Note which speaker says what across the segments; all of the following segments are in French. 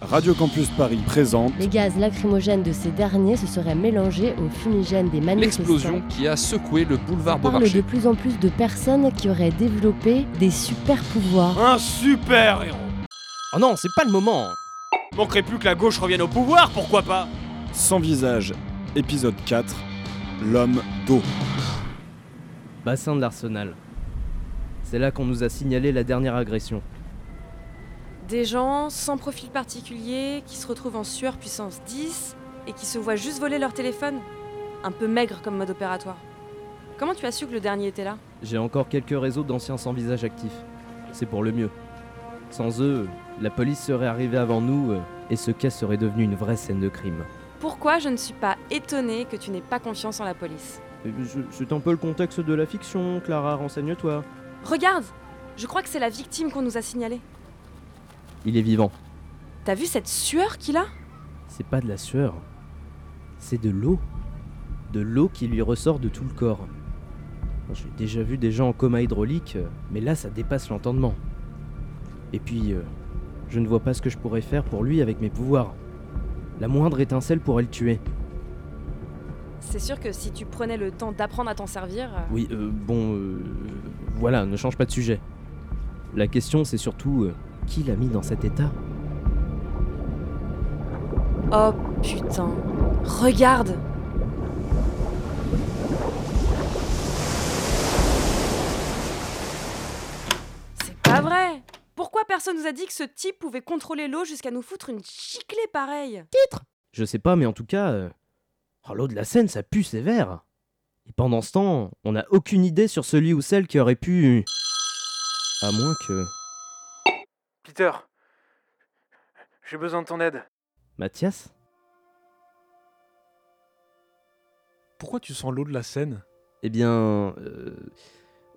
Speaker 1: Radio Campus Paris présente
Speaker 2: Les gaz lacrymogènes de ces derniers se seraient mélangés aux fumigènes des manifestants.
Speaker 3: L'explosion qui a secoué le boulevard
Speaker 2: On parle de
Speaker 3: Beaumarchais.
Speaker 2: plus en plus de personnes qui auraient développé des super pouvoirs.
Speaker 4: Un super héros
Speaker 5: Oh non, c'est pas le moment
Speaker 4: Manquerait plus que la gauche revienne au pouvoir, pourquoi pas
Speaker 1: Sans visage, épisode 4, l'homme d'eau.
Speaker 5: Bassin de l'Arsenal. C'est là qu'on nous a signalé la dernière agression.
Speaker 6: Des gens sans profil particulier qui se retrouvent en sueur puissance 10 et qui se voient juste voler leur téléphone. Un peu maigre comme mode opératoire. Comment tu as su que le dernier était là
Speaker 5: J'ai encore quelques réseaux d'anciens sans visage actifs. C'est pour le mieux. Sans eux, la police serait arrivée avant nous euh, et ce cas serait devenu une vraie scène de crime.
Speaker 6: Pourquoi je ne suis pas étonnée que tu n'aies pas confiance en la police
Speaker 5: Euh, je- C'est un peu le contexte de la fiction, Clara, renseigne-toi.
Speaker 6: Regarde Je crois que c'est la victime qu'on nous a signalée.
Speaker 5: Il est vivant.
Speaker 6: T'as vu cette sueur qu'il a
Speaker 5: C'est pas de la sueur. C'est de l'eau. De l'eau qui lui ressort de tout le corps. J'ai déjà vu des gens en coma hydraulique, euh, mais là ça dépasse l'entendement. Et puis, euh, je ne vois pas ce que je pourrais faire pour lui avec mes pouvoirs. La moindre étincelle pourrait le tuer.
Speaker 6: C'est sûr que si tu prenais le temps d'apprendre à t'en servir. euh,
Speaker 5: Oui, euh, bon, euh, voilà, ne change pas de sujet. La question c'est surtout euh, qui l'a mis dans cet état
Speaker 6: Oh putain Regarde C'est pas vrai Pourquoi personne nous a dit que ce type pouvait contrôler l'eau jusqu'à nous foutre une chiclée pareille
Speaker 5: Je sais pas, mais en tout cas, euh, oh, l'eau de la Seine, ça pue sévère. Et pendant ce temps, on n'a aucune idée sur celui ou celle qui aurait pu. euh, À moins que.
Speaker 7: Peter, j'ai besoin de ton aide.
Speaker 5: Mathias
Speaker 7: Pourquoi tu sens l'eau de la Seine
Speaker 5: Eh bien. euh,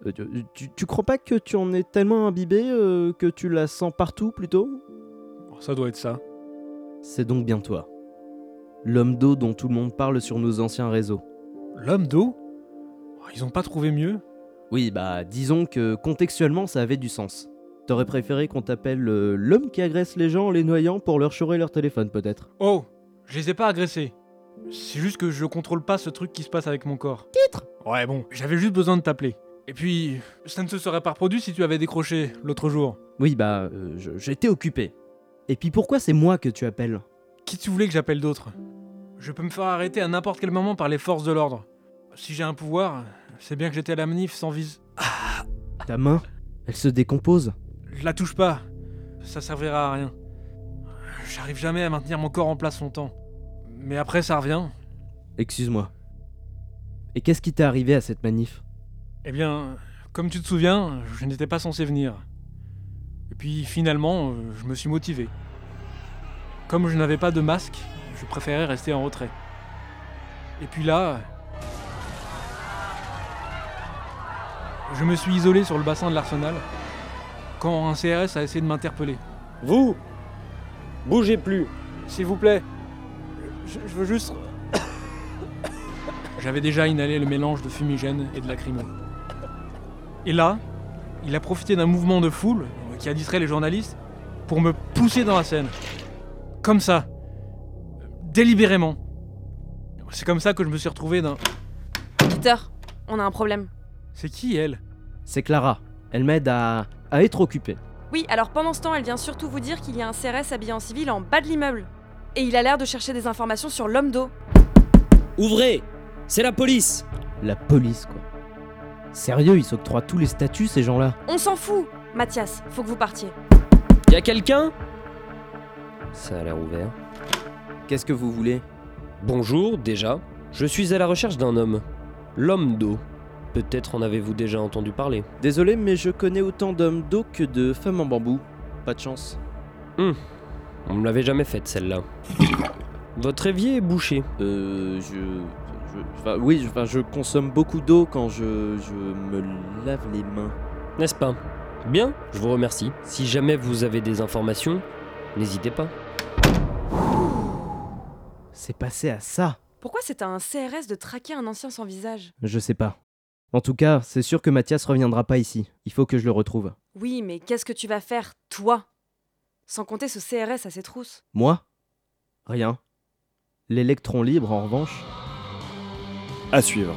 Speaker 5: euh, tu- tu, tu crois pas que tu en es tellement imbibé euh, que tu la sens partout plutôt
Speaker 7: Oh, Ça doit être ça.
Speaker 5: C'est donc bien toi. L'homme d'eau dont tout le monde parle sur nos anciens réseaux.
Speaker 7: L'homme d'eau Oh, Ils ont pas trouvé mieux
Speaker 5: Oui, bah disons que contextuellement ça avait du sens. T'aurais préféré qu'on t'appelle euh, l'homme qui agresse les gens en les noyant pour leur chorer leur téléphone peut-être
Speaker 7: Oh, je les ai pas agressés. C'est juste que je contrôle pas ce truc qui se passe avec mon corps.
Speaker 5: Titre
Speaker 7: Ouais, bon, j'avais juste besoin de t'appeler. Et puis, ça ne se serait pas reproduit si tu avais décroché l'autre jour.
Speaker 5: Oui, bah, euh, je- j'étais occupé. Et puis pourquoi c'est moi que tu appelles
Speaker 7: Qui tu voulais que j'appelle d'autres Je peux me faire arrêter à n'importe quel moment par les forces de l'ordre. Si j'ai un pouvoir, c'est bien que j'étais à la manif sans vise.
Speaker 5: Ta main Elle se décompose
Speaker 7: Je la touche pas. Ça servira à rien. J'arrive jamais à maintenir mon corps en place longtemps. Mais après, ça revient.
Speaker 5: Excuse-moi. Et qu'est-ce qui t'est arrivé à cette manif
Speaker 7: Eh bien, comme tu te souviens, je n'étais pas censé venir. Et puis finalement, euh, je me suis motivé. Comme je n'avais pas de masque, je préférais rester en retrait. Et puis là... Je me suis isolé sur le bassin de l'arsenal quand un CRS a essayé de m'interpeller.
Speaker 4: Vous Bougez plus S'il vous plaît je, je veux juste.
Speaker 7: J'avais déjà inhalé le mélange de fumigène et de lacrymo. Et là, il a profité d'un mouvement de foule euh, qui a distrait les journalistes pour me pousser dans la scène. Comme ça. Euh, Délibérément. C'est comme ça que je me suis retrouvé dans...
Speaker 6: Peter, on a un problème.
Speaker 7: C'est qui elle
Speaker 5: C'est Clara. Elle m'aide à... à être occupé.
Speaker 6: Oui, alors pendant ce temps, elle vient surtout vous dire qu'il y a un CRS habillé en civil en bas de l'immeuble. Et il a l'air de chercher des informations sur l'homme d'eau.
Speaker 8: Ouvrez C'est la police
Speaker 5: La police, quoi. Sérieux, ils s'octroient tous les statuts, ces gens-là
Speaker 6: On s'en fout Mathias, faut que vous partiez.
Speaker 8: Y a quelqu'un Ça a l'air ouvert.
Speaker 5: Qu'est-ce que vous voulez
Speaker 8: Bonjour, déjà. Je suis à la recherche d'un homme. L'homme d'eau. Peut-être en avez-vous déjà entendu parler.
Speaker 5: Désolé, mais je connais autant d'hommes d'eau que de femmes en bambou. Pas de chance.
Speaker 8: On me l'avait jamais faite celle-là. Votre évier est bouché.
Speaker 5: Euh, je... je- enfin, oui, je- enfin, je consomme beaucoup d'eau quand je... je me lave les mains.
Speaker 8: N'est-ce pas Bien, je vous remercie. Si jamais vous avez des informations, n'hésitez pas.
Speaker 5: C'est passé à ça
Speaker 6: Pourquoi c'est à un CRS de traquer un ancien sans visage
Speaker 5: Je sais pas. En tout cas, c'est sûr que Mathias reviendra pas ici. Il faut que je le retrouve.
Speaker 6: Oui, mais qu'est-ce que tu vas faire, toi Sans compter ce CRS à ses trousses.
Speaker 5: Moi Rien. L'électron libre, en revanche,
Speaker 1: À suivre.